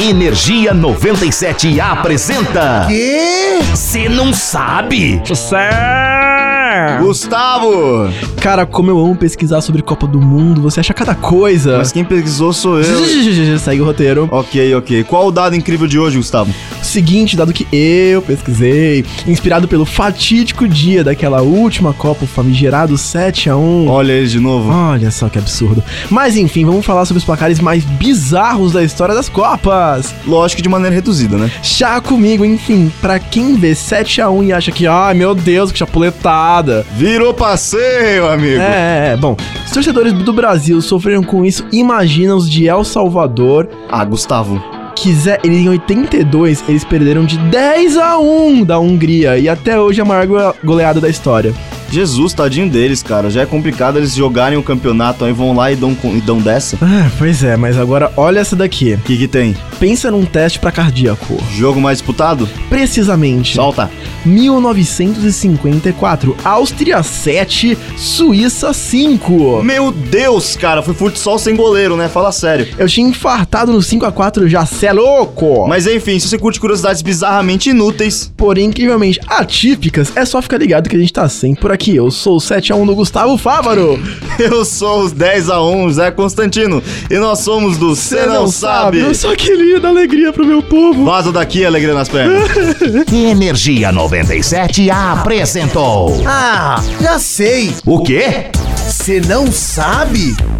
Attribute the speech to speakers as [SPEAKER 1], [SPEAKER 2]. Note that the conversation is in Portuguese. [SPEAKER 1] Energia 97 apresenta. Quê? Você não sabe?
[SPEAKER 2] Sucesso!
[SPEAKER 3] Gustavo!
[SPEAKER 4] Cara, como eu amo pesquisar sobre Copa do Mundo, você acha cada coisa.
[SPEAKER 3] Mas quem pesquisou sou eu.
[SPEAKER 4] Segue o roteiro.
[SPEAKER 3] ok, ok. Qual o dado incrível de hoje, Gustavo?
[SPEAKER 4] Seguinte, dado que eu pesquisei, inspirado pelo fatídico dia daquela última Copa, o famigerado 7 a 1
[SPEAKER 3] Olha ele de novo.
[SPEAKER 4] Olha só que absurdo. Mas enfim, vamos falar sobre os placares mais bizarros da história das Copas.
[SPEAKER 3] Lógico que de maneira reduzida, né?
[SPEAKER 4] Chá comigo, enfim, pra quem vê 7 a 1 e acha que, ai meu Deus, que chapuletada.
[SPEAKER 3] Virou passeio, amigo.
[SPEAKER 4] É, é, é, bom, os torcedores do Brasil sofreram com isso, imagina os de El Salvador,
[SPEAKER 3] Ah, Gustavo.
[SPEAKER 4] que Zé, ele, em 82 eles perderam de 10 a 1 da Hungria, e até hoje é a maior go- goleada da história.
[SPEAKER 3] Jesus, tadinho deles, cara. Já é complicado eles jogarem o campeonato, aí vão lá e dão, com- e dão dessa.
[SPEAKER 4] Ah, pois é, mas agora olha essa daqui,
[SPEAKER 3] O que, que tem?
[SPEAKER 4] pensa num teste pra cardíaco,
[SPEAKER 3] Jogo mais disputado?
[SPEAKER 4] precisamente,
[SPEAKER 3] Solta.
[SPEAKER 4] 1954, Áustria 7, Suíça 5.
[SPEAKER 3] Meu Deus, cara, foi futsal sem goleiro, né? Fala sério.
[SPEAKER 4] Eu tinha infartado no 5 a 4 já, cê é louco!
[SPEAKER 3] Mas enfim, se você curte curiosidades bizarramente inúteis,
[SPEAKER 4] Porém, incrivelmente atípicas, é só ficar ligado que a gente tá sempre por aqui. Eu sou o 7x1 do Gustavo Fávaro.
[SPEAKER 3] eu sou os 10 a 1 Zé Constantino e nós somos do Cê Não, Sabe.
[SPEAKER 4] Eu sou aquele da alegria pro meu povo.
[SPEAKER 3] Vaza daqui, alegria nas pernas.
[SPEAKER 1] Energia 97 apresentou.
[SPEAKER 2] Ah, já sei!
[SPEAKER 1] O quê?
[SPEAKER 2] Você não sabe?